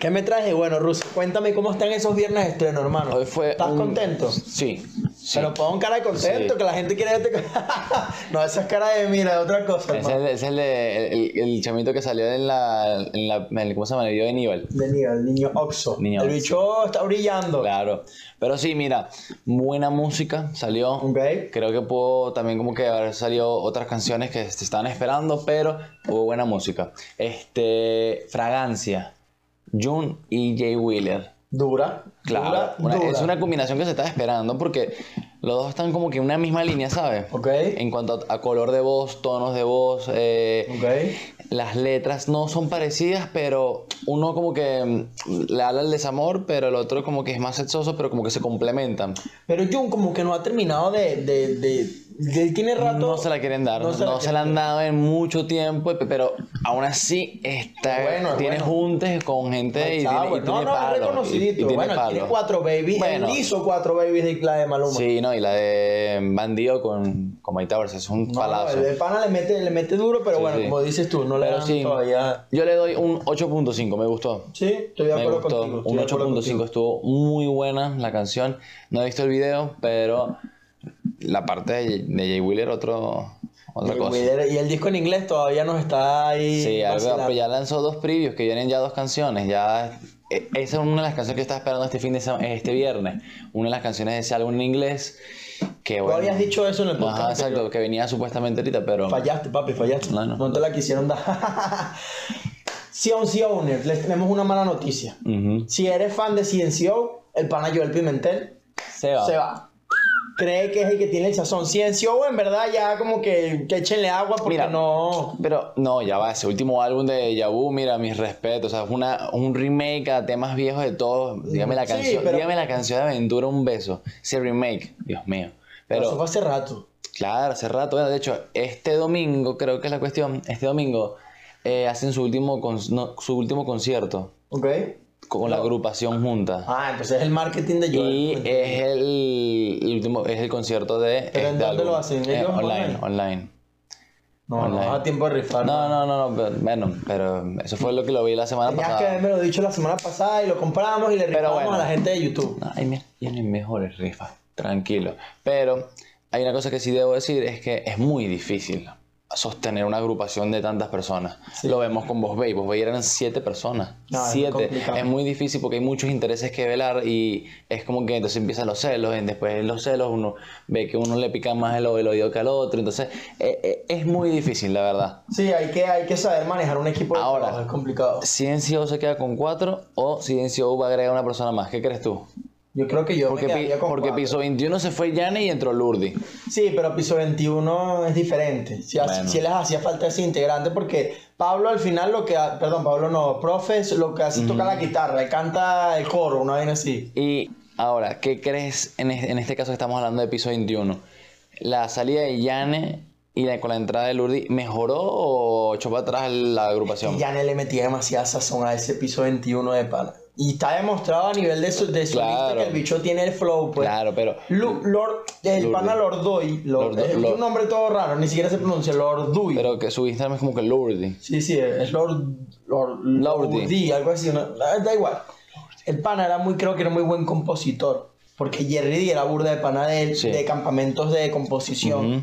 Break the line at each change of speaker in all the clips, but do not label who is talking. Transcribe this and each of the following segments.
¿Qué me traje? Bueno, Russo, cuéntame cómo están esos viernes de estreno, hermano.
Hoy fue
¿Estás
un-
contento?
Sí. sí.
Pero pon cara de contento,
Sí.
que la gente quiere verte. con- no, esa es cara de mira, de otra cosa,
Ese
hermano.
es, ese es el, el- el chamito que salió en la, en la- en el- ¿Cómo se llama? En el video de Aníbal.
De nivel, el niño Oxo.
Niño
el
Oxo.
bicho está brillando.
Claro. Pero sí, mira, buena música salió.
Ok.
Creo que pudo también como que haber salido otras canciones que se estaban esperando, pero hubo buena música. Este, Fragancia, June y Jay Wheeler.
Dura.
Claro,
Dura,
una-
dura.
es una combinación que se estaba esperando porque los dos están como que en una misma línea, ¿sabes?
Ok.
En cuanto a, a color de voz, tonos de voz, eh,
Ok.
las letras no son parecidas, pero uno como que mm, le habla al desamor, pero el otro como que es más sexoso, pero como que se complementan.
Pero Jun como que no ha terminado de... de, de, de- él tiene rato...
No se la quieren dar,
no
no,
se
se,
la
la
quieren
han dado en mucho tiempo, pe- pero aún así está,
Es bueno, es
tiene
bueno.
juntes con gente
Ay,
y,
chavo,
tiene, y
no,
tiene
no,
palo,
es
y- y
reconocidito.
tiene
bueno,
palo.
tiene cuatro pues. babies.
Bueno.
Él hizo cuatro babies de la de Maluma.
Sí, no, y la de Bandido con, con Mike Towers es un
No,
palazo.
el de pana le mete, le mete duro, pero
Sí,
bueno,
sí.
como dices tú, no le
Pero
dan
sí,
todavía...
yo le doy un 8.5, me gustó.
Sí, estoy de
Me
acuerdo
gustó,
contigo. estoy
un
de acuerdo contigo.
8.5 estuvo muy buena la canción. No he visto el video, pero la parte de, de Jay Wheeler, otro, otra
Y
cosa.
Wheeler- Y el disco en inglés todavía nos está ahí.
Sí, algo-
vacilando.
pero ya lanzó dos previews que vienen ya dos canciones. Ya e- esa es una de las canciones que estaba esperando este fin de semana, este viernes. Una de las canciones de ese álbum en inglés que
Tú
bueno.
habías dicho eso en el podcast.
Ajá,
anterior.
exacto, que venía supuestamente ahorita, pero
Fallaste, papi, fallaste.
No, no.
No te la quisieron dar. CNCO Owners, les tenemos una mala noticia.
Ujú.
Si eres fan de CNCO, el pana Joel Pimentel
se va.
se va. Cree que es el que tiene el sazón. CNCO, en verdad, ya como que, que échenle agua porque
Mira.
no.
Pero no, ya va, ese último álbum de Yabu, mira, mis respetos, o sea, es una, un remake a temas viejos de todos. Dígame la
Sí,
canción,
pero-
dígame la canción de Aventura Un Beso, ese remake, Dios mío.
Eso
Pero
fue hace rato.
claro, hace rato, bueno, de hecho, este domingo, creo que es la cuestión, este domingo eh, hacen su último, con- no, su último concierto
¿Ok?
con la agrupación junta.
Ah, entonces es el marketing de Joel. pues.
Y es el, el último, es el concierto de...
¿Pero en
este
dónde lo
álbum.
hacen?
Eh,
¿Ellos
online,
online?
online.
no, no,
online.
no da tiempo de rifar.
No, no, no, no, pero, bueno, pero eso fue lo que lo vi la semana
Tenías que
pasada.
haberme lo dicho la semana pasada y lo compramos y le
Pero
rifamos
bueno.
a la gente de YouTube.
Ay, mira, tienen mejores rifas, tranquilo. Pero hay una cosa que sí debo decir, es que es muy difícil sostener una agrupación de tantas personas. Lo vemos con Vos Bay, Vos Bay eran siete personas.
No, es muy
siete.
complicado.
Es muy difícil porque hay muchos intereses que velar y es como que entonces empiezan los celos, y después de los celos uno ve que uno le pica más el, el oído que al otro, entonces eh, eh, es muy difícil, la verdad.
Sí, hay que, hay que saber manejar un equipo de
Ahora.
trabajo, es complicado.
¿Ciencio se queda con cuatro o Ciencio va a agregar una persona más? ¿Qué crees tú?
Yo creo que yo me
Porque, pi-
quedaría con
porque
cuatro.
piso 21 se fue Yane y entró Lurdi.
Sí, pero piso 21 es diferente. Si, hace-
Bueno.
si les hacía falta ese integrante, porque Pablo al final lo que... ha- Perdón, Pablo no, profes, lo que hace es tocar la guitarra, él canta el coro, una vaina así.
Y ahora, ¿qué crees en es- en este, caso que estamos hablando de piso 21? ¿La salida de Yane y la, con la entrada de Lurdi mejoró o echó para atrás la agrupación?
Y Yane le metía demasiada sazón a ese piso 21 de pana. Y está demostrado a nivel de, su, de solista
Claro.
que el bicho tiene el flow, pues.
Claro, pero
Lu- Lord, el
Lordi.
pana Lordoy, Lord,
Lordo-
es
Lord-
un nombre todo raro, ni siquiera se pronuncia Lorduy.
pero que su Instagram es como que Lurdi.
Sí, sí, es Lord, Lord
Lordi.
Lordi, algo así, no, no, da igual. El pana era muy, creo que era muy buen compositor, porque Jerry D era burda de pana de,
Sí.
de campamentos de composición.
Ujú.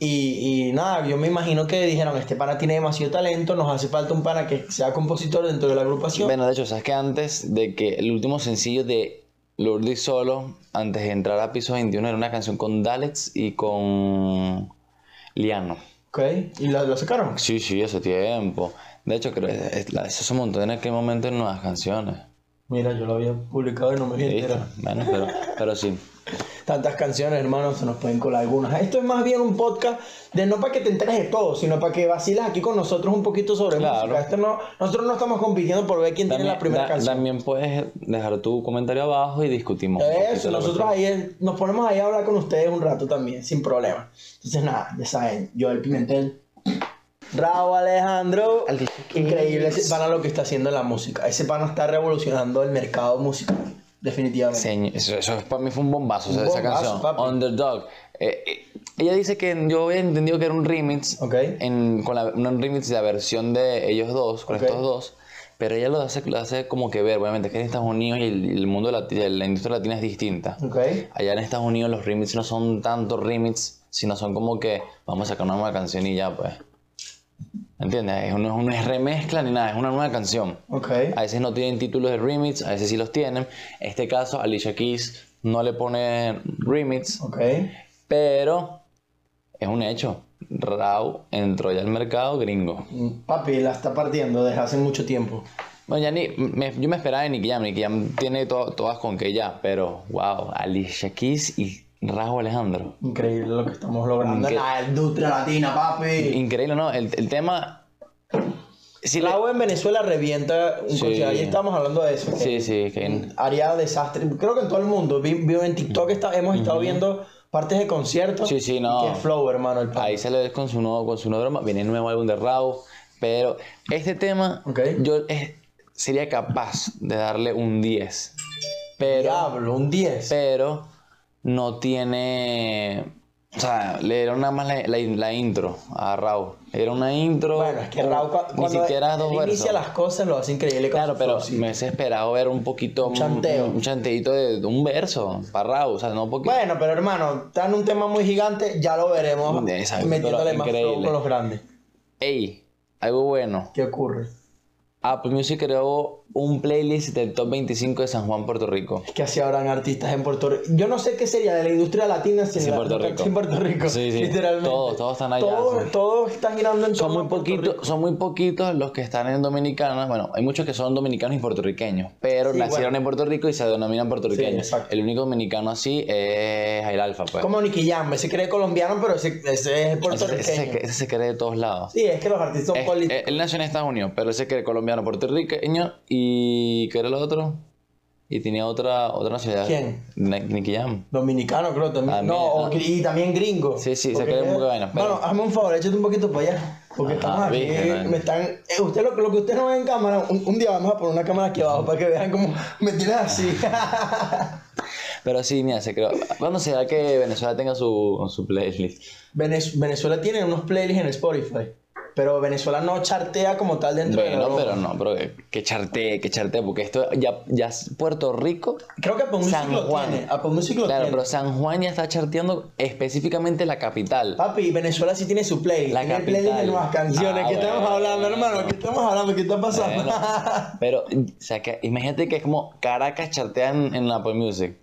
Y, y nada, yo me imagino que dijeron, este pana tiene demasiado talento, nos hace falta un pana que sea compositor dentro de la agrupación.
Bueno, de hecho, sabes que antes de que el último sencillo de Lurdi solo, antes de entrar a piso 21, era una canción con Dalex y con Liano.
Ok, y lo, lo sacaron.
Sí, sí, hace tiempo. De hecho, creo que es- la- eso se montó en aquel momento en nuevas canciones.
Mira, yo lo había publicado y no me había
¿Viste?
enterado.
Bueno, pero, pero sí.
Tantas canciones, hermano, se nos pueden colar algunas. Esto es más bien un podcast de no para que te enteres de todo, sino para que vacilas aquí con nosotros un poquito sobre
Claro.
música. Esto no, nosotros no estamos compitiendo por ver quién tiene la primera
da-
canción.
también puedes dejar tu comentario abajo y discutimos. un poquito
Eso,
la
nosotros ahí es- nos ponemos ahí a hablar con ustedes un rato también, sin problema. Entonces, nada, ya saben, yo el Pimentel. Raúl Alejandro, increíble ese pana lo que está haciendo en la música. Ese pana está revolucionando el mercado musical, definitivamente.
cuestión. Señ- Eso, eso para mí fue un bombazo, o sea,
Un
esa
bombazo,
canción.
papi.
Underdog. Eh, eh, ella dice que yo había entendido que era un remix.
Ok.
en- con la, un remix de la versión de ellos dos, con
Ok.
estos dos. Pero ella lo hace, lo hace como que ver, obviamente, es que en Estados Unidos y el, el mundo de la industria latina es distinta.
Ok.
Allá en Estados Unidos los remix no son tanto remix, sino son como que vamos a sacar una nueva canción y ya, pues. ¿Entiendes? Es- No es, no es remezcla ni nada, es una nueva canción.
Ok.
A veces no tienen títulos de remix, a veces sí los tienen. En este caso, Alicia Keys no le pone remix,
Ok.
pero es un hecho. Raw entró ya al mercado gringo.
Mm, Papi, la está partiendo desde hace mucho tiempo.
Bueno, ya ni, me- yo me esperaba de Nicky Jam. Nicky Jam tiene to- todas con que ya, pero wow, Alicia Keys y Raúl Alejandro.
Increíble lo que estamos logrando. en
Incre-
La industria latina, papi.
Increíble, ¿no? El, el tema. Sí, le-
Raúl en Venezuela revienta un
Sí.
coche. Ahí estamos hablando de eso.
sí, sí, que-
Haría desastre. Creo que en todo el mundo. Vi, vi- en TikTok está- hemos estado viendo partes de conciertos.
Sí, sí, no.
Que flow, hermano. El país.
ahí se le con su nuevo, con su nuevo drama. Viene el nuevo álbum de Raúl, pero este tema
Ok.
yo eh, sería capaz de darle un 10. Pero
Diablo, un 10.
pero no tiene. O sea, le dieron nada más la, la- la intro a Raúl. Era una intro.
Bueno, es que
con-
Raúl, cua-
Ni
cuando
siquiera
él
dos
inicia
versos.
las cosas, lo hace increíble. con
Claro,
su
pero
flow, sí.
me hubiese esperado ver un poquito. Un
chanteo.
Un, chanteito de, de un verso para Raúl. O sea, no porque.
Bueno, pero hermano, está en un tema muy gigante, ya lo veremos
Mm, Exacto,
metiéndole
pero
más flow
increíble.
con los grandes.
Ey, algo bueno.
¿Qué ocurre?
Apple Music creó un playlist del top 25 de San Juan, Puerto Rico.
Es que así habrán artistas en Puerto Rico. Yo no sé qué sería de la industria latina sin,
Sin
la-
Puerto Rico.
Sin Puerto Rico,
Sí, sí.
literalmente.
Todos- todos están allá,
Todos,
sí.
todos están girando en
Son
torno
muy,
a Puerto
poquitos,
Rico.
son muy poquitos los que están en Dominicana. Bueno, hay muchos que son dominicanos y puertorriqueños, pero
Sí,
nacieron
bueno.
en Puerto Rico y se denominan puertorriqueños.
Sí, exacto.
el único dominicano así es Jair Alfa, pues.
Como Nicky Jam, ese cree colombiano, pero ese, ese es
Ese,
puertorriqueño.
ese se, ese se cree de todos lados.
Sí, es que los artistas son
Es-
políticos.
eh, él nació en Estados Unidos, pero él se cree colombiano, puertorriqueño y ¿qué era lo otro? Y tenía otra otra nacionalidad.
¿Quién?
Ni- Nicky Jam.
Dominicano, creo también.
Ah,
no,
mira,
o
no.
gri- y también gringo.
Sí, sí, se
Porque-
creen muy buenas, pero-
Bueno, hazme un favor, échate un poquito para allá. Porque
Ajá,
estamos aquí.
viste, man.
me están. eh, usted, lo, lo que usted no ve en cámara, un, un día vamos a poner una cámara aquí abajo para que vean cómo me tiras así.
Pero sí, mira, se creó. Vamos a ver que Venezuela tenga su, su playlist.
Venez- Venezuela tiene unos playlists en Spotify. Pero Venezuela no chartea como tal dentro de la
Bueno,
Europa.
pero no, pero que- que charté, que charté, porque esto ya, ya es Puerto Rico.
Creo que Apple Music
San
lo
Juan.
tiene. Apple Music lo
Claro,
tiene.
pero San Juan ya está charteando específicamente la capital.
Papi, Venezuela sí tiene su playlist.
La
tiene el playlist de
capital.
nuevas canciones.
Ah,
¿Qué estamos
bueno.
hablando, hermano? ¿Qué estamos hablando? ¿Qué está pasando?
Bueno, pero, o sea, que imagínate que es como Caracas chartea en, en Apple Music.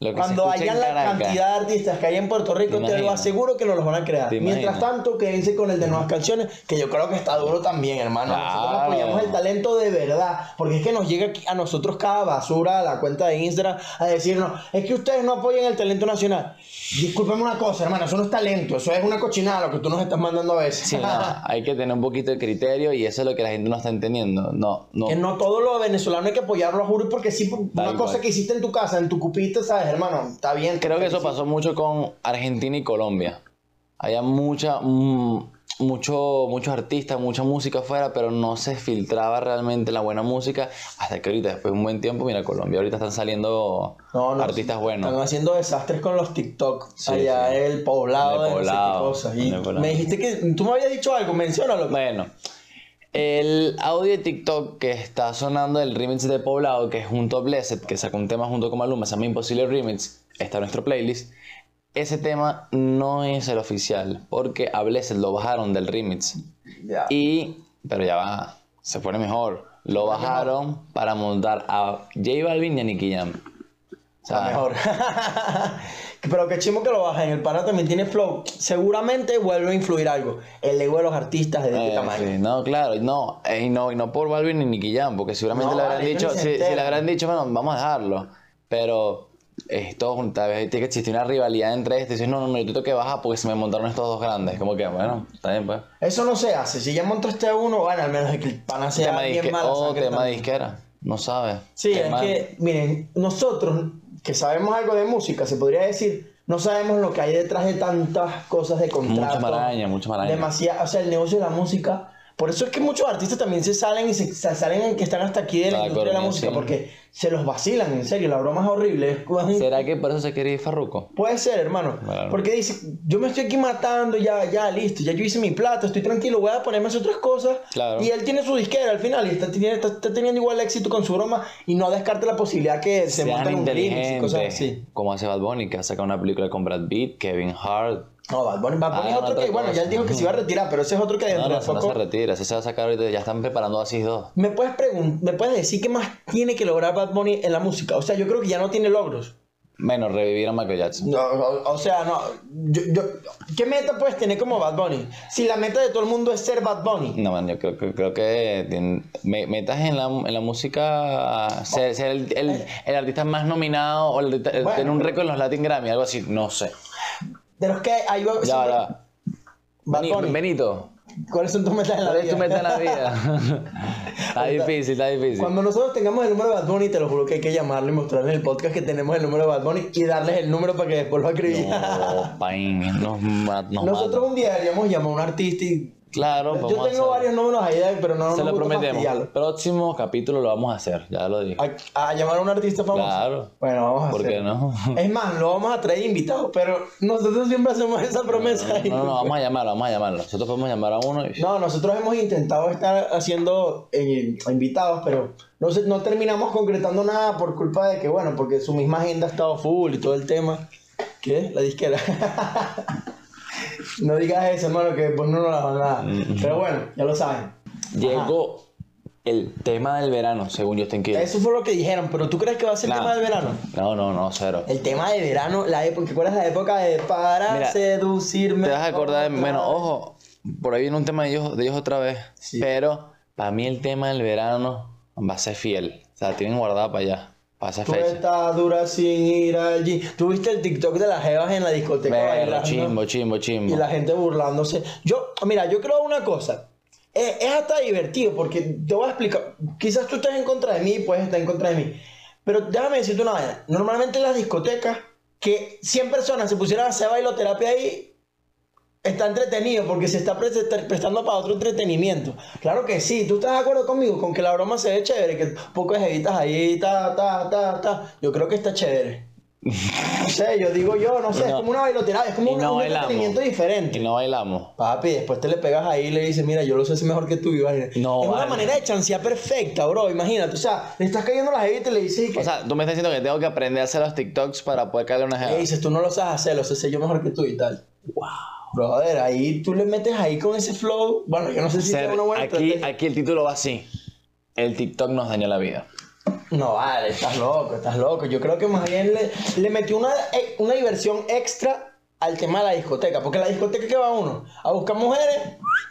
Lo que se
Cuando
escucha en
hayan la
Caracas.
cantidad de artistas que hay en Puerto Rico,
¿Te
te, lo
imaginas?
aseguro que no los van a crear.
¿Te
Mientras
imaginas?
tanto, quédense con el de nuevas canciones, que yo creo que está duro también, hermano. Nosotros
Claro.
apoyamos el talento de verdad, porque es que nos llega aquí- a nosotros cada basura a la cuenta de Instagram a decirnos, es que ustedes no apoyan el talento nacional. Discúlpame una cosa, hermano, eso no es talento, eso es una cochinada lo que tú nos estás mandando a veces.
Sí, no, hay que tener un poquito de criterio y eso es lo que la gente no está entendiendo. No, no.
Que no todo lo venezolano hay que apoyarlo, juro, porque sí, una
Tal
cosa
cual.
que hiciste en tu casa, en tu cupita, sabes, hermano, está bien.
Creo que eso pasó mucho con Argentina y Colombia. Había mucha, mm, mucho, muchos artistas, mucha música afuera, pero no se filtraba realmente la buena música hasta que ahorita, después de un buen tiempo, mira, Colombia ahorita están saliendo
No, no,
artistas buenos.
Están haciendo desastres con los TikTok.
Sí,
allá
sí.
el poblado,
En el
no sé qué
poblado,
cosas. Y
en el poblado.
me dijiste que tú me habías dicho algo, menciónalo.
Bueno, el audio de TikTok que está sonando del remix de Poblado, que es un top Blessed, que sacó un tema junto con Maluma, se llama Imposible Remix, está en nuestro playlist. Ese tema no es el oficial, porque a Blessed lo bajaron del remix.
Ya.
Y, pero ya va, se pone mejor. Lo bajaron para montar a J Balvin y a Nicky Jam. O sea,
Está mejor. Pero qué chimo que lo bajen. El pana también tiene flow. Seguramente vuelve a influir algo. El ego de los artistas de
eh,
este tamaño.
sí, no, claro, no, eh, y no, y no por Balvin ni Nicky Jam, porque seguramente
No,
le habrán
vale,
dicho,
no se
si, si le
entera.
habrán dicho, bueno, vamos a dejarlo. Pero esto, un- tal vez tiene que existir una rivalidad entre estos. Dices, no, no, no, yo te tengo que bajar porque se me montaron estos dos grandes. Como que, bueno, está bien, pues.
Eso no se hace. Si ya montaste a uno, bueno, al menos que el pana sea
tema
bien
disque-
mala
oh,
sangre
tema
también.
disquera, no sabes.
Sí, es
Tema-
que, miren, nosotros que sabemos algo de música, se podría decir, no sabemos lo que hay detrás de tantas cosas de contrato.
Mucha maraña, mucha maraña.
Demasiado, o sea, el negocio de la música Por eso es que muchos artistas también se salen y se, se salen en que están hasta aquí de la
Ah,
industria de la
coño,
música
sí.
porque se los vacilan, en serio, la broma es horrible. es un-
¿Será que por eso se quiere ir Farruko?
Puede ser, hermano.
Claro.
Porque dice, yo me estoy aquí matando, ya, ya, listo, ya yo hice mi plato, estoy tranquilo, voy a ponerme a hacer otras cosas.
Claro.
Y él tiene su disquera al final y está, teniendo- está- está teniendo igual éxito con su broma y no descarta la posibilidad que se monte
Sean
en un remix y cosas así.
inteligentes. Como hace Bad Bunny, que ha sacado una película con Brad Pitt, Kevin Hart.
No, Bad Bunny, Bad Bunny
Ah,
es otro
otra
que, bueno, ya él
cosa.
dijo que se iba a retirar, pero ese es otro que
No,
dentro
no,
de
eso no
poco...
se retira. Eso se va a sacar ahorita. Ya están preparando así dos.
¿Me puedes, pregun- ¿Me puedes decir qué más tiene que lograr Bad Bunny en la música? O sea, yo creo que ya no tiene logros.
Menos revivir a Michael Jackson.
No, o, o sea, no. yo- yo- ¿Qué meta puedes tener como Bad Bunny? Si la meta de todo el mundo es ser Bad Bunny.
No, man, yo creo, que- creo que tien- me- metas en la, en la música ser, ser el, el- el artista más nominado o el artista- el-
Bueno,
tener un
pero-
récord en los Latin Grammy, algo así, no sé.
De los que hay. va-
Ya, va,
siempre-
ya. va.
Pues Bad
Beni-
Bunny.
Benito,
¿Cuáles son tus metas en la
¿cuál es
vida?
tu meta en la vida? está difícil, está difícil.
Cuando nosotros tengamos el número de Bad Bunny, te lo juro que hay que llamarle y mostrarle en el podcast que tenemos el número de Bad Bunny y darles el número para que después lo acribillen.
No, Oh, pain, nos, ma- nos
Nosotros
mata.
un día deberíamos llamar a un artista y...
Claro, vamos
Yo
a hacer-
tengo varios números ahí, pero no
Se
no me
lo
gusta
prometemos.
fastidiarlo.
Próximo capítulo lo vamos a hacer, ya lo dije.
A, a llamar Ah, a un artista famoso.
Claro.
Bueno, vamos a
¿Por qué
hacerlo.
no?
Es más, lo vamos a traer invitados, pero nosotros siempre hacemos esa promesa. ahí.
No, no, no, vamos a llamarlo, vamos a llamarlo. Nosotros podemos llamar a uno y...
No, nosotros hemos intentado estar haciendo eh, invitados, pero no, se- no terminamos concretando nada por culpa de que, bueno, porque su misma agenda ha estado full y todo el tema. ¿Qué? La disquera. no digas eso, hermano, que después no nos la van a dar. Pero bueno, ya lo saben.
Llegó el tema del verano, según Justin Quiles.
Eso fue lo que dijeron, pero ¿tú crees que va a ser el
Nada.
tema del verano?
No, no, no, cero.
El tema de verano, la época, ¿cuál es la época de para
Mira,
seducirme?
Te vas a acordar,
otra
bueno,
vez?
ojo, por ahí viene un tema de ellos, de ellos otra vez.
Sí.
Pero para mí el tema del verano va a ser fiel. O sea, tienen guardada para allá, para esa
Tú
fecha.
estás dura sin ir allí. Tuviste el TikTok de las jevas en la discoteca
Verga,
bailando?
chimbo, chimbo,
y
chimbo.
la gente burlándose. Yo, mira, yo creo una cosa. Es, es hasta divertido porque te voy a explicar. Quizás tú estés en contra de mí, puedes estar en contra de mí. Pero déjame decirte una vaina. Normalmente en las discotecas, que 100 personas se pusieran a hacer bailoterapia ahí, está entretenido porque se está pre- se está prestando para otro entretenimiento. Claro que sí, tú estás de acuerdo conmigo con que la broma se ve chévere, que pocos evitas ahí, ta, ta, ta, ta. Yo creo que está chévere. No sé, yo digo yo, no sé,
Y
es
no-
como una bailoterapia, es como
y
un,
no
un
bailamos.
entretenimiento diferente.
Y no bailamos.
Papi, después te le pegas ahí y le dices, mira, yo lo sé hacer mejor que tú, y vaina.
No,
Es una
vale.
manera de chancear perfecta, bro, imagínate. O sea, le estás cayendo las jevita y le dices, y que,
O sea, tú me estás diciendo que tengo que aprender a hacer los TikToks para poder caerle una
le
jeva.
dices, tú no lo sabes hacer, lo sé hacer yo mejor que tú y tal. Wow. Brother, ahí tú le metes ahí con ese flow. Bueno, yo no sé si
Ser-
sea una buena
aquí,
estrategia.
aquí el título va así. El TikTok nos dañó la vida.
No, vale, estás loco, estás loco. Yo creo que más bien le, le metió una, eh, una diversión extra al tema de la discoteca. Porque la discoteca que va uno, a buscar mujeres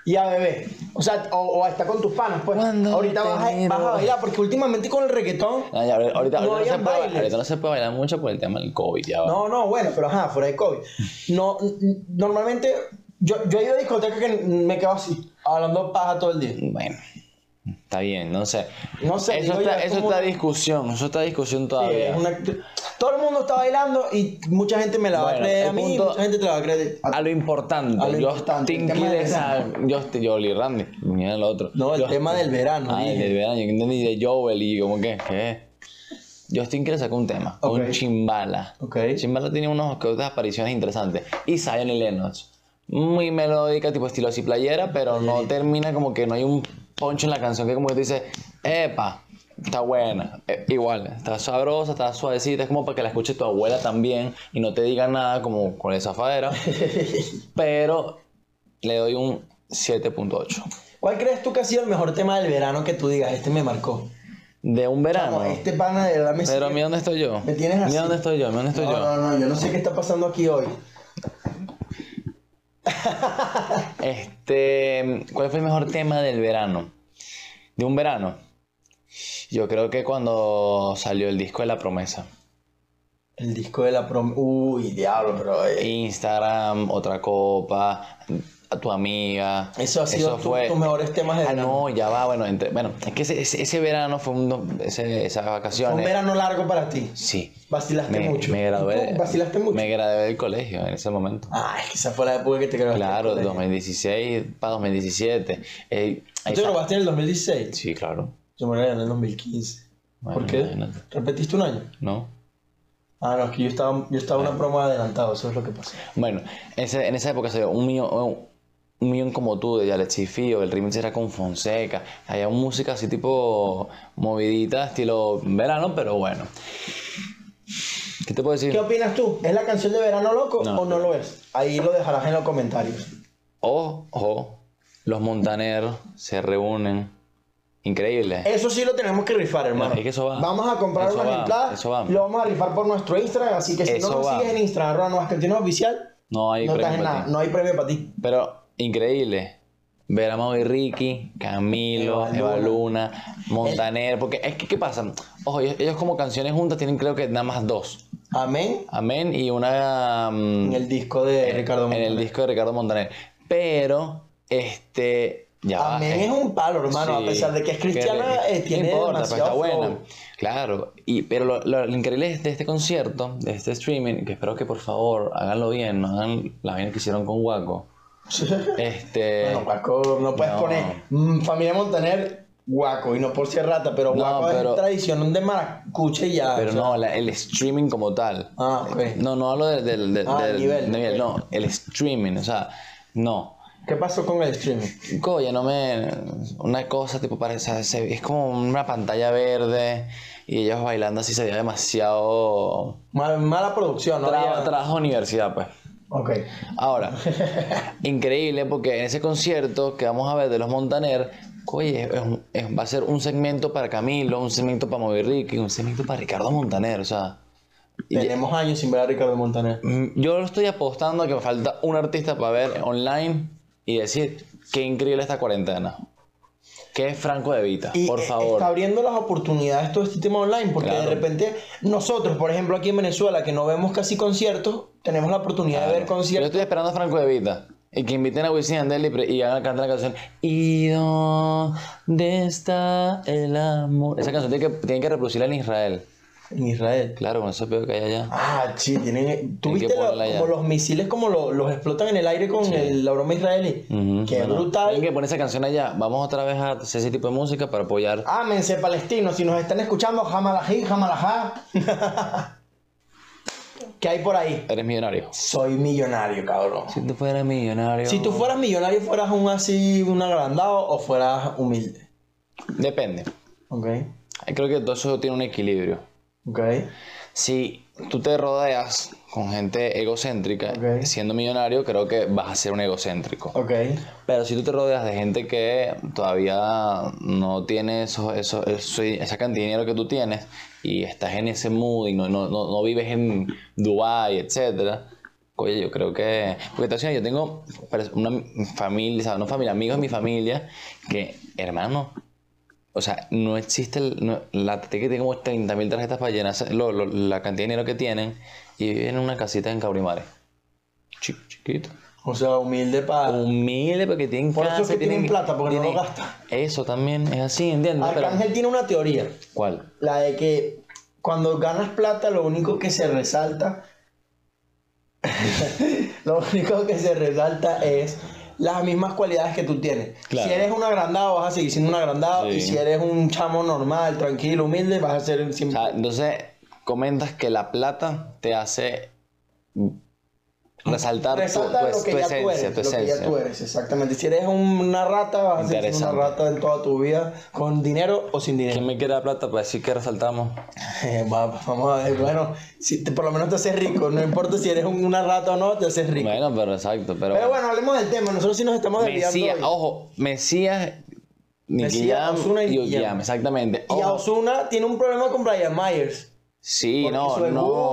y a beber. O sea, o, o a estar con tus panas, pues.
Cuando
Ahorita
te
vas a,
miro.
vas a bailar, porque últimamente con el reggaetón.
No, Ah, ya, ahorita, ahorita
No
no se
habían
puede,
bailes.
ahorita no se puede bailar mucho por el tema del COVID. Ya va.
No, no, bueno, pero ajá, fuera de COVID. No, n- normalmente, yo, yo he ido a discotecas que me quedo así, hablando paja todo el día.
Bueno, está bien, no sé.
No sé,
Eso
digo yo,
está,
es
eso
como
está
una-
discusión, eso está discusión
Sí,
todavía.
es una- todo el mundo está bailando y mucha gente me la va
Bueno,
a creer
el
a mí,
punto-
mucha gente te la va a creer a-
A lo importante,
A lo
Justin
importante, el tema del
Quiles a- Justin- Jolly Randy, mira el otro.
No, el
Justin-
tema del verano.
Ah, el
dije.
del verano, yo entendí de Joel y como que, ¿qué? Justin quiere sacar un tema,
Ok.
un chimbala.
Ok.
Chimbala tiene unos que otras apariciones interesantes. Y Zion y Lennox. Muy melódica, tipo estilo así playera, pero no termina como que no hay un poncho en la canción que como que te dice, epa, está buena. Eh, igual, está sabrosa, está suavecita, es como para que la escuche tu abuela también y no te diga nada como con esa fadera. pero le doy un 7.8.
¿Cuál crees tú que ha sido el mejor tema del verano que tú digas? Este me marcó.
De un verano.
No, este pana de verdad me
Pero mira dónde estoy yo.
Me tienes así.
Mira dónde estoy yo, mira dónde estoy
no,
yo.
no, no, yo no sé qué está pasando aquí hoy.
Este, ¿cuál fue el mejor tema del verano? De un verano. Yo creo que cuando salió el disco de La Promesa.
El disco de la prom. Uy, diablo, pero. eh,
Instagram, otra copa. a tu amiga.
Eso ha sido tu- tus mejores temas de
Ah,
verano.
no, ya va, bueno, entre- bueno, es que ese, ese- ese verano fue un, ese- esas
Fue
vacaciones.
un verano largo para ti.
Sí.
Vacilaste
Me,
mucho.
me
¿Y
gradué.
tú vacilaste mucho.
Me gradué del colegio en ese momento.
Ah, es que esa fue la época que te graduaste.
claro,
del colegio.
2016 para 2017. Eh, ahí
¿Tú te
está-
graduaste en el 2016?
Sí, claro.
Yo me gradué en el 2015.
Bueno,
¿Por qué?
imagínate.
¿Repetiste un año?
¿No?
Ah, no, es que yo estaba, yo estaba
Ah.
una promo adelantado, eso es lo que pasó.
Bueno, ese- en esa época se dio un millón, un, un millón como tú de Yalet Chifío, el remix era con Fonseca, había música así tipo movidita, estilo verano, pero bueno. ¿Qué te puedo decir?
¿Qué opinas tú? ¿Es la canción de verano loco
No.
o no lo es? Ahí lo dejarás en los comentarios.
Ojo, los montaneros se reúnen. Increíble.
Eso sí lo tenemos que rifar, hermano.
es que eso va.
Vamos a comprar
Eso
unas
va,
entradas.
eso va.
Lo vamos a rifar por nuestro Instagram, así que si
Eso
no nos
va.
sigues en Instagram, arroba Nuevas Cantinas oficial,
No hay
no
premio
estás en
para
nada,
ti.
no hay premio para ti.
Pero increíble. Ver a Maui Ricky, Camilo,
Eva
Eva Luna, Montaner. Porque es que, ¿qué pasa? Ojo, ellos, ellos como canciones juntas tienen creo que nada más dos.
Amén.
Amén y una... mm,
En el disco de Ricardo
en el
Montaner.
disco de Ricardo Montaner. Pero, este... Ya va,
Amén
eh,
es un palo, hermano,
sí,
a pesar de que es cristiana,
re-
eh,
no
tiene
importa, pero
demasiado
está
flow.
buena. Claro, y, pero lo, lo- lo increíble es de este concierto, de este streaming, que espero que por favor háganlo bien, no hagan la vaina que hicieron con Waco. Este...
Bueno, Guaco, no puedes
no.
poner mm, familia Montaner, Guaco, y no por ser rata, pero
No,
Guaco
pero-
es tradición de maracuche y ya.
Pero
o sea,
no, la- el streaming como tal.
Ah, ok.
No, no hablo del de, de-
Ah,
del
nivel, ok.
no, el streaming, o sea, no.
¿Qué pasó con el streaming?
Coya, no me. Una cosa tipo parece. o sea, se- es como una pantalla verde y ellos bailando así se veía demasiado.
Mal- mala producción, ¿no?
Tra-
Ya-
trabajo universidad, pues.
Ok.
Ahora, increíble porque en ese concierto que vamos a ver de los Montaner, oye, es un- es- va a ser un segmento para Camilo, un segmento para Moby Ricky, un segmento para Ricardo Montaner, o sea. y-
Tenemos años sin ver a Ricardo Montaner.
Mm, Yo lo estoy apostando a que me falta un artista para ver online y decir qué increíble esta cuarentena. Que es Franco de Vita,
Y,
por
eh,
favor.
Está abriendo las oportunidades todo este tema online, porque
Claro.
de repente nosotros, por ejemplo, aquí en Venezuela, que no vemos casi conciertos, tenemos la oportunidad de ver
Yo
conciertos.
estoy esperando a Franco de Vita. Y que inviten a Wisin y Yandel y pre- y hagan cantar la canción ¿Y dónde está el amor? Esa canción tiene que, tienen que reproducirla en Israel.
En Israel.
Claro, con ese pedo que hay allá.
Ah, sí, tienen.
Hay
¿Tú
que
viste lo-
ponerla ya.
como los misiles como lo- los explotan en el aire con el, la broma israelí?
Ujú,
Qué
bueno, Tienen
brutal.
que poner esa canción allá. Vamos otra vez a hacer ese tipo de música para apoyar.
Ámense palestinos, si nos están escuchando, jamalají, jamalajá. ¿Qué hay por ahí?
Eres millonario.
Soy millonario, cabrón.
Si tú fueras millonario.
Si tú fueras millonario, fueras un así, un agrandado o fueras humilde.
Depende.
Ok,
Creo que todo eso tiene un equilibrio.
ok.
Si tú te rodeas con gente egocéntrica,
Ok.
siendo millonario, creo que vas a ser un egocéntrico.
Ok.
Pero si tú te rodeas de gente que todavía no tiene eso, eso, eso- esa cantidad de dinero que tú tienes y estás en ese mood y no, no, no, no vives en Dubai, etcétera, oye, yo creo que... Porque te decía, yo tengo pers- una familia, o sea, no familia, amigos de mi familia que, hermano, o sea, no existe el- no- la gente que tiene como 30 mil tarjetas para llenar lo- lo- la cantidad de dinero que tienen y viven en una casita en Cabrimare. Chi- Chiquito.
O sea, humilde para.
Humilde porque tienen
Por eso es
cáncer,
que tienen plata, porque no lo gastan.
Eso también es así, ¿entiendes? Pero-
Arcángel tiene una teoría.
¿Cuál?
La de que cuando ganas plata, lo único que se resalta. lo único que se resalta es las mismas cualidades que tú tienes.
Claro.
Si eres un agrandado, vas a seguir siendo un agrandado.
Sí.
Y si eres un chamo normal, tranquilo, humilde, vas a ser
O
siempre.
sea, entonces comentas que la plata te hace resaltar tu,
Resalta
tu
lo
es-
que
pues, tu
ya tú
esencia,
eres,
tu
lo que ya
esencia.
tú eres, exactamente. Si eres una rata, vas a ser una
Interesante.
rata en toda tu vida, con dinero o sin dinero.
¿Quién me quiere la plata para decir que resaltamos?
Eh, va- vamos a ver, bueno, si te- por lo menos te haces rico, no importa si eres un- una rata o no, te haces rico.
Bueno, pero exacto, pero,
Pero bueno, hablemos del tema, nosotros sí nos estamos desviando
Mesías,
hoy.
ojo, Mesías, Nicky
Mesías,
Jam
Ozuna y
y
Nicky Jam.
Okiam, exactamente.
Y
Ojo,
Osuna tiene un problema con Brian Myers.
Sí,
Porque
no,
su
no,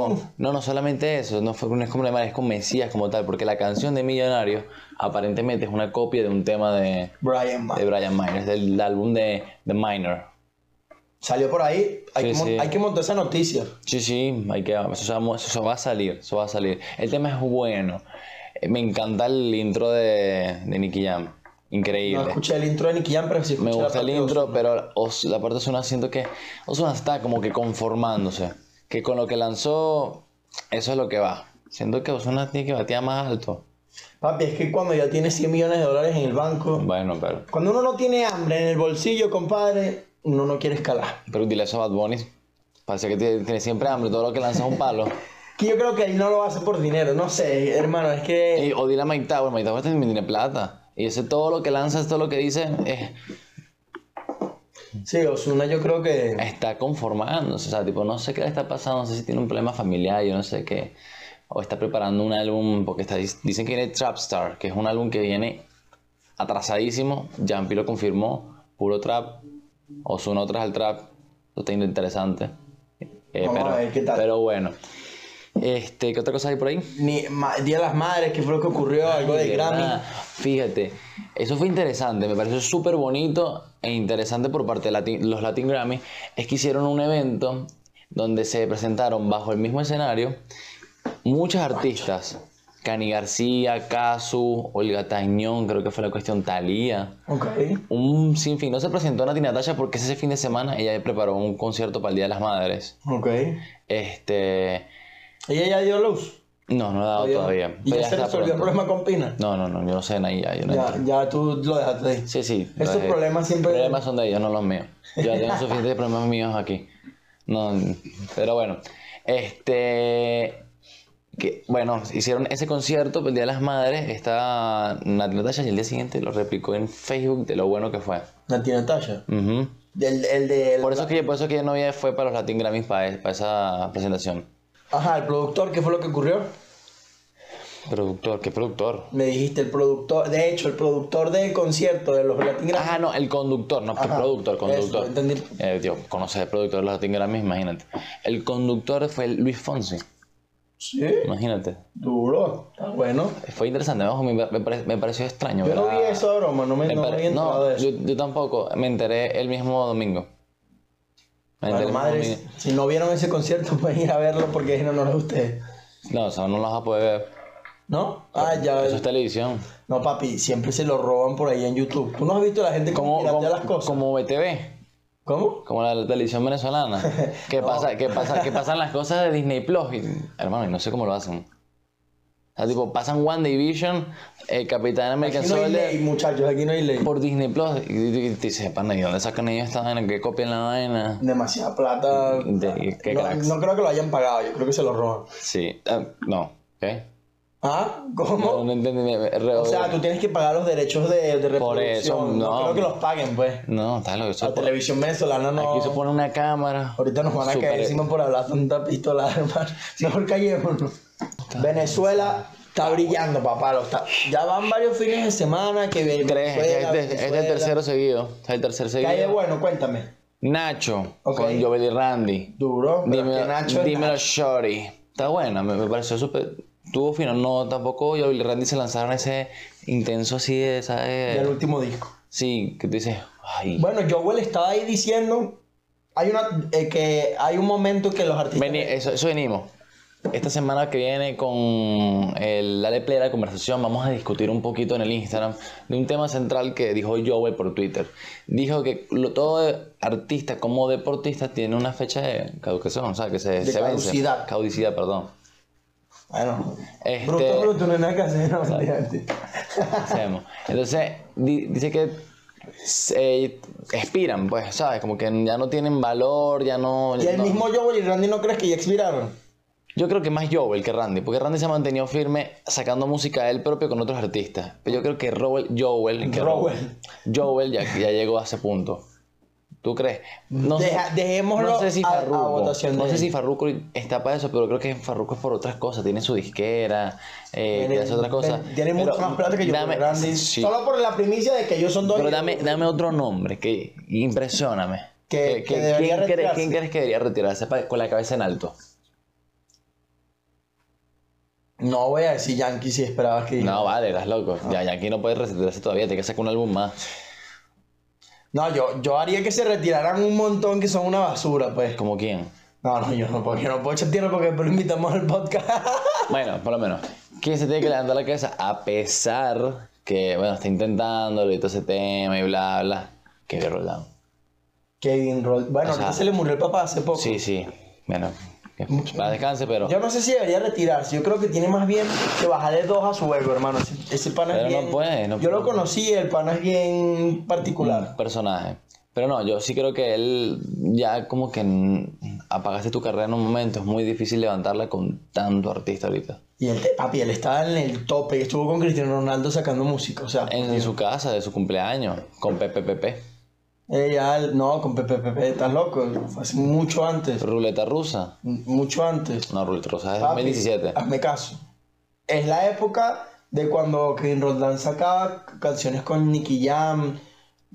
álbum-
no, no solamente eso, no, fue, no es como la imagen, es con Mesías como tal, porque la canción de Millonarios aparentemente es una copia de un tema de,
Brian
de
Myers.
Brian Myers, del álbum de The Minor.
Salió por ahí, hay,
Sí,
que, mon-
sí.
hay que montar esa noticia.
Sí, sí, hay que, eso, se va- eso va a salir, eso va a salir. El tema es bueno, Eh, Me encanta el intro de, de Nicky Jam. Increíble.
No escuché el intro de Nicky Jam, pero sí escuché
Me
la
gusta el
parte de
intro,
Ozuna.
pero Oz- la parte de Ozuna siento que Ozuna está como que conformándose. Que con lo que lanzó, eso es lo que va. Siento que Ozuna tiene que batear más alto.
Papi, es que cuando ya tienes 100 millones de dólares en el banco,
Bueno, pero,
cuando uno no tiene hambre en el bolsillo, compadre, uno no quiere escalar.
pero dile eso a Bad Bunny. Parece que tiene, tiene siempre hambre, todo lo que lanza es un palo.
Que yo creo que él no lo hace por dinero, no sé, hermano, es que...
Y- o dile a Mike Tower, Mike Tower pues, también tiene plata. Y ese todo lo que lanza, todo lo que dice, eh, es-
Sí, Osuna yo creo que...
está conformándose. O sea, tipo, no sé qué le está pasando, no sé si tiene un problema familiar, yo no sé qué. O está preparando un álbum, porque está, dicen que viene Trap Star, que es un álbum que viene atrasadísimo. Jampi lo confirmó, puro trap. Ozuna otras al trap. Eso está interesante. Eh,
Vamos a
pero,
ver qué tal.
pero bueno. Este, ¿qué otra cosa hay por ahí?
Ni, ma- Día de las Madres, que fue lo que ocurrió, algo de
Ah, De
Grammy.
verdad, Fíjate, eso fue interesante, me pareció súper bonito e interesante por parte de Lati- los Latin Grammy, es que hicieron un evento donde se presentaron bajo el mismo escenario muchas artistas. Cani García, Casu, Olga Tañón, creo que fue la cuestión Talía.
Ok.
Un sinfín. No se presentó Nati Natasha porque ese fin de semana ella preparó un concierto para el Día de las Madres.
Ok.
Este.
Ella ya dio luz.
No, no lo ha dado todavía.
Y
pero
ya
ya
se
está
resolvió el
pronto.
problema con Pina.
No, no, no, yo no sé, Naya. Yo no
Ya,
entiendo.
ya tú lo dejaste ahí.
Sí, sí.
Esos
los-
problemas siempre-
Los problemas son de ellos, no los míos. Yo tengo suficientes problemas míos aquí. No, pero bueno. Este. Que, bueno, hicieron ese concierto el Día de las Madres. Está Nati Natasha y el día siguiente lo replicó en Facebook de lo bueno que fue.
Nati Natasha.
Ujú.
Del, el del...
Por eso es que, por eso es que yo no había- fue para los Latin Grammys para, e- para esa presentación.
Ajá, el productor, ¿qué fue lo que ocurrió?
Productor, ¿qué productor?
Me dijiste, el productor, de hecho, el productor del concierto de los Latin Grammy.
Ah, no, el conductor, no, que
Ajá,
productor,
eso,
conductor.
entendí.
Eh, tío, conocer el productor de los Latin Grammys, imagínate. El conductor fue Luis Fonsi.
Sí,
Imagínate.
duro.
Ah,
Está bueno.
Fue interesante, ojo, me, me pare- me pareció extraño.
Yo no
¿verdad?
vi eso de broma, no me,
Me
no me
pare-
había
no,
enterado de eso.
yo, yo tampoco, me enteré el mismo domingo. Me
Bueno,
enteré el mismo
madres,
domingo.
si no vieron ese concierto, pueden ir a verlo porque es en honor a ustedes.
No, o sea, no las vas a poder ver.
¿No? Ah, ya.
Eso es televisión.
No, papi, siempre se lo roban por ahí en YouTube. ¿Tú no has visto la gente como
Como, como,
piratea las cosas?
como BTV,
¿Cómo?
como la, televisión venezolana. ¿Qué pasa? ¿Qué pasa? ¿Qué pasan las cosas de Disney Plus? Y, hermano, y no sé cómo lo hacen. O sea, tipo, pasan One Division, eh, Capitán American
Aquí no hay
Soldier,
ley, muchachos, aquí no hay ley.
por Disney Plus. Y, y- y te dices, pana, ¿y dónde sacan ellos esta vaina? ¿Qué copian la vaina?
Demasiada plata.
De- qué
no,
cracks.
no creo que lo hayan pagado, yo creo que se lo roban.
Sí, ah, no, ¿qué?
¿Ah? ¿Cómo?
No, no entendí. me- me- re-
o sea, tú tienes que pagar los derechos de, de reproducción.
Por eso, no.
creo que los paguen, pues.
no, está loco.
La
Eso,
televisión venezolana no.
Aquí se pone una cámara.
Ahorita nos van a
Súper-
caer encima por hablar tanta pistola, hermano. Mejor callémonos. Venezuela está brillando, papá. lo está- Ya van varios fines de semana que viene.
Tres, este, este es el tercero seguido. Es el tercer seguido.
Calle bueno, cuéntame.
Nacho,
Ok.
con Jovel y Randy.
Duro, pero
Dímelo,
es que Nacho es
dímelo Shorty. Está buena, me, me pareció súper. Tuvo fino. No, tampoco Jovel y Randy se lanzaron ese intenso así de,
Nacho
¿sabes?
del último disco.
Sí, que tú dices, ay.
Bueno, Joel estaba ahí diciendo hay una, eh, que hay un momento que los artistas...
Vení, eso, eso venimos. Esta semana que viene con el Dale Play a la conversación vamos a discutir un poquito en el Instagram de un tema central que dijo Joel por Twitter. Dijo que lo- todo artista como deportista tiene una fecha de caducación, o sea, que se,
De
se vence.
caducidad.
Caducidad, perdón.
Bueno,
Este-
bruto, bruto, no hay nada que hacer, no, olvídate.
Sabemos. Entonces, di- dice que se eh, expiran, pues, ¿sabes? Como que ya no tienen valor, ya no...
Y el
no-
mismo Joel y Randy no crees que ya expiraron.
Yo creo que más Joel que Randy, porque Randy se ha mantenido firme sacando música él propio con otros artistas. Pero yo creo que Robel- Joel, que
Rowell.
Joel ya, ya llegó a ese punto. ¿Tú crees? No, sé-
Deja- dejémoslo
no sé si
a- a
Farruko,
votación
no
de
sé
él.
si Farruko está para eso, pero creo que Farruko es por otras cosas. Tiene su disquera, eh,
Tienen-
que hace otras cosas.
Tienen
Pero
mucho más plata que yo.
dame-
Randy.
sí,
Solo por la primicia de que ellos son dos.
pero dame, dame otro nombre que impresioname.
Que- que debería
¿quién, crees,
retirarse.
¿Quién crees que debería retirarse pa- con la cabeza en alto?
No voy a decir Yankee si esperabas que. No,
No, vale, estás loco. Ya, ya aquí no puedes retirarse todavía, tiene que sacar un álbum más.
yo, yo haría que se retiraran un montón que son una basura, pues.
¿Como quién?
No, no, yo no puedo, yo no puedo echar tierra porque después lo invitamos al podcast.
Bueno, por lo menos. que se tiene que levantar la cabeza a pesar que, bueno, está intentándolo y todo ese tema y bla, bla. Que bien Roldán.
Kevin Roldán. Bueno,
O sea,
ahorita se le murió el papá hace poco.
Sí, sí. Bueno, que para descanse, pero,
Yo no sé si debería retirarse. Yo creo que tiene más bien que bajarle dos a su ego, hermano. Ese, ese pana
pero
es bien.
no puede. No
Yo lo
puede. Mm.
conocí, el pana es bien
un
particular.
personaje. Pero no, yo sí creo que él ya como que mm, apagaste tu carrera en un momento. Es muy difícil levantarla con tanto artista ahorita.
Y el papi, él estaba en el tope. Estuvo con Cristiano Ronaldo sacando música. O sea,
En su casa, de su cumpleaños, con PPPP.
ella, Eh, no, con Pepe Pepe, estás loco. Fue hace mucho antes.
Ruleta rusa.
Mucho antes.
No, ruleta rusa es
Papi, Ah,
2017.
Hazme caso. Es la época de cuando Kevin Roldán sacaba canciones con Nicky Jam.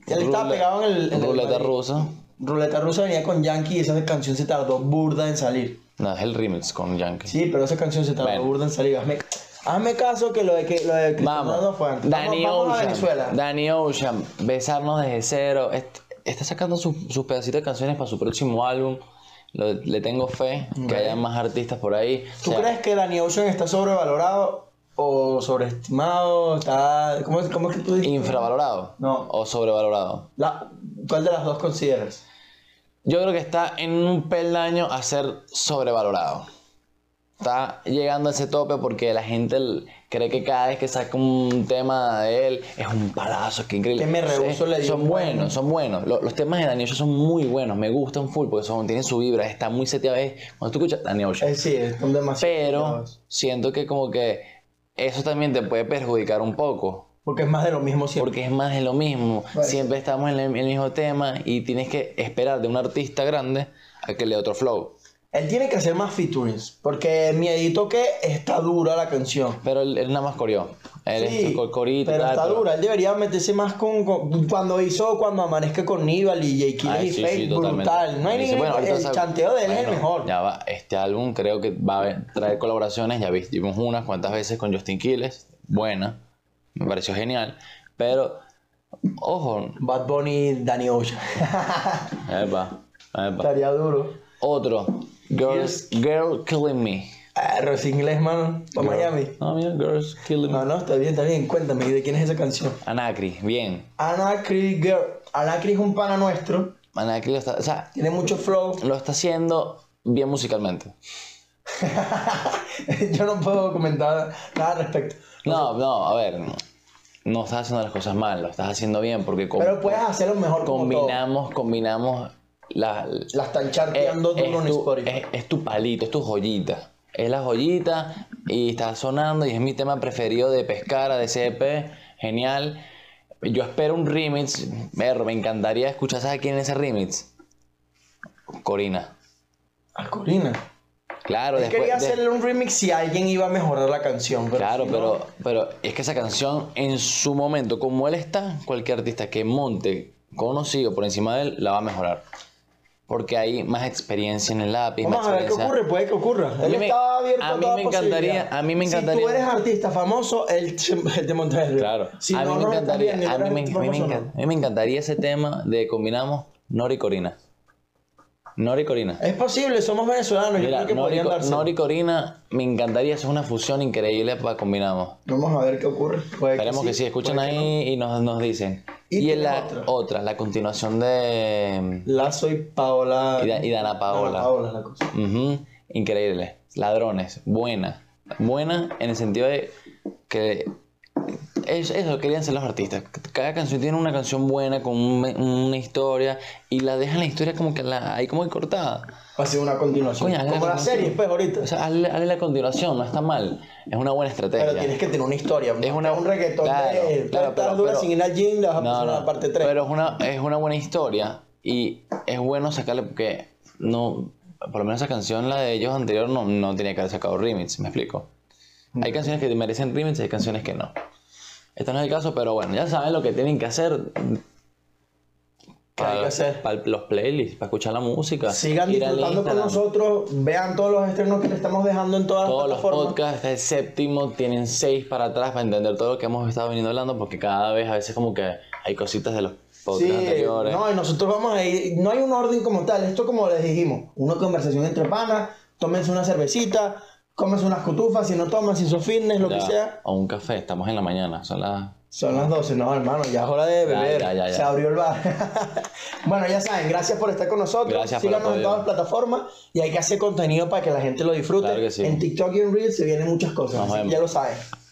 Él estaba
Rule-
pegado en el. en el
Ruleta
Madrid.
rusa.
Ruleta rusa venía con Yankee y esa canción se tardó burda en salir.
No, es el remix con Yankee.
Sí, pero esa canción se tardó
Bueno.
burda en salir. Hazme, hazme caso que lo de que lo de Cristiano Ronaldo
Vamos.
fue antes. vamos,
Danny
vamos a
Ocean.
Venezuela.
Danny Ocean. Besarnos desde cero. Est- Está sacando sus sus pedacitos de canciones para su próximo álbum. Lo- le tengo fe que haya más artistas por ahí.
¿Tú
O sea,
crees que Danny Ocean está sobrevalorado o sobreestimado? Está... ¿Cómo, es- cómo es que tú dices?
¿Infravalorado?
No.
¿O sobrevalorado?
La- ¿Cuál de las dos consideras?
Yo creo que está en un peldaño a ser sobrevalorado. Está llegando a ese tope porque la gente l- cree que cada vez que saca un tema de él es un palazo, que increíble.
Que me rehúso,
Sí,
le digo,
Son buenos, son buenos. Lo- Los, temas de Danny Ocean son muy buenos, me gustan full porque son, tienen su vibra, está muy seteado. Es- Cuando tú escuchas Danny Ocean,
Eh, sí, son demasiado.
pero siento que como que eso también te puede perjudicar un poco.
Porque es más de lo mismo siempre.
Porque es más de lo mismo.
Vale.
Siempre estamos en el, el mismo tema y tienes que esperar de un artista grande a que le dé otro flow.
Él tiene que hacer más featurings. Porque miedito que está dura la canción.
Pero él, él nada más coreó. Él
Sí,
es co- corito y
pero
tal,
está
pero-
dura. Él debería meterse más con, con- cuando hizo cuando amanezca con Nival y Jake y
Ay, Ah, sí, sí,
Fate,
totalmente.
brutal. No hay
Dice,
ningún
bueno, ahorita
el
sab-
chanteo de él es el
Bueno,
mejor.
Ya va, este álbum creo que va a traer colaboraciones. Ya viste, vimos unas cuantas veces con Justin Quiles. Buena. Me pareció genial. Pero, ojo.
Bad Bunny, Danny Ocean.
Epa, epa.
Estaría duro.
Otro. Girls, Girl Killing Me.
Ah, Rosy Inglés, mano. Para Miami.
No, mira, Girls Killing Me.
No, no, está bien, está bien. Cuéntame, ¿de quién es esa canción?
Anacri, bien.
Anacri Girl. Anacri es un pana nuestro.
Anacri lo está, o sea,
Tiene mucho flow.
lo está haciendo bien musicalmente.
Yo no puedo comentar nada al respecto.
No, no, a ver, no, no estás haciendo las cosas mal, lo estás haciendo bien porque com-
Pero puedes hacerlo mejor como todo.
combinamos, combinamos la,
La están
eh,
charteando
es,
duro en
tu,
Spotify.
es- es tu palito, es tu joyita. Es la joyita y está sonando y es mi tema preferido de Pescara, de CP, genial. Yo espero un remix, perro, me encantaría escuchar, ¿sabes quién es ese remix? Corina.
A Ah, Corina.
Claro,
Él
después,
quería
de-
hacerle un remix si alguien iba a mejorar la canción. Pero
Claro,
si no-
pero, pero es que esa canción en su momento, como él está, cualquier artista que monte conocido por encima de él, la va a mejorar. Porque hay más experiencia en el lápiz, más
Vamos a ver qué
experiencia.
ocurre, puede que ocurra. Él
mí me-
estaba abierto
a
a
mí
toda
me encantaría-
posibilidad.
a mí me
Si tú
encantaría-
eres artista famoso, él, él te monta el
Claro.
Si
a,
no,
mí me
no estás
encantaría,
bien,
a, mí
eres
me,
artista
a mí me
famoso,
encan-
no.
a mí me encantaría ese tema de combinamos Nori Corina. Nori Corina.
Es posible, somos venezolanos. yo
Mira,
creo que
Nori,
podrían
Co-
darse.
Nori Corina, me encantaría, eso es una fusión increíble para combinamos.
Vamos a ver qué ocurre. Puede
Esperemos que sí, escuchan
puede que
ahí y nos, nos dicen.
Y
Y, en
tienen
la
otra.
otra. la continuación de.
no. Lazo y Paola.
Y, da- y Dana
Dana
Paola.
Paola es la cosa.
Ujú, Increíble. Ladrones. Buena. Buena en el sentido de que. Es, eso querían ser los artistas. Cada canción tiene una canción buena con un me- una historia y la dejan la historia como que la ahí como que cortada.
Va a ser una continuación.
Coño,
Como
la
la serie, pues, ahorita.
O sea, hazle, hazle la continuación, no está mal. Es una buena estrategia.
Pero tienes que tener una historia.
Es una-
un reggaetón
claro,
de.
claro,
estar
pero-
dura
pero-
sin ir al gym, la vas a pasar a la pues parte 3.
Pero es una, es una buena historia y es bueno sacarle porque no, por lo menos esa canción, la de ellos anterior, no, no tenía que haber sacado remix, ¿me explico? Hay canciones que merecen remix y hay canciones que no. Este no es el caso, pero bueno, ya saben lo que tienen que hacer.
¿Qué hay que hacer?
para los playlists, para escuchar la música.
Sigan
ir al
disfrutando con
Instagram.
nosotros. Vean todos los estrenos que le estamos dejando en todas las
Todos los
plataformas.
podcasts, el séptimo, tienen seis para atrás para entender todo lo que hemos estado viniendo hablando, porque cada vez a veces como que hay cositas de los
Sí,
podcasts anteriores.
no, y nosotros vamos a ir, no hay un orden como tal, esto como les dijimos, una conversación entre panas, tómense una cervecita, Cómese unas cutufas, si no tomas, si sos fitness, lo
Ya,
que sea.
O un café, estamos en la mañana, son las...
Son las 12, no, hermano, ya es hora de beber.
ya, ya, ya.
Se abrió el bar. bueno, ya saben, gracias por estar con nosotros.
Gracias por
Síganos en
el apoyo.
todas las plataformas y hay que hacer contenido para que la gente lo disfrute.
Claro que sí.
En TikTok y en Reels se vienen muchas cosas,
Nos
así que
vemos.
ya lo saben.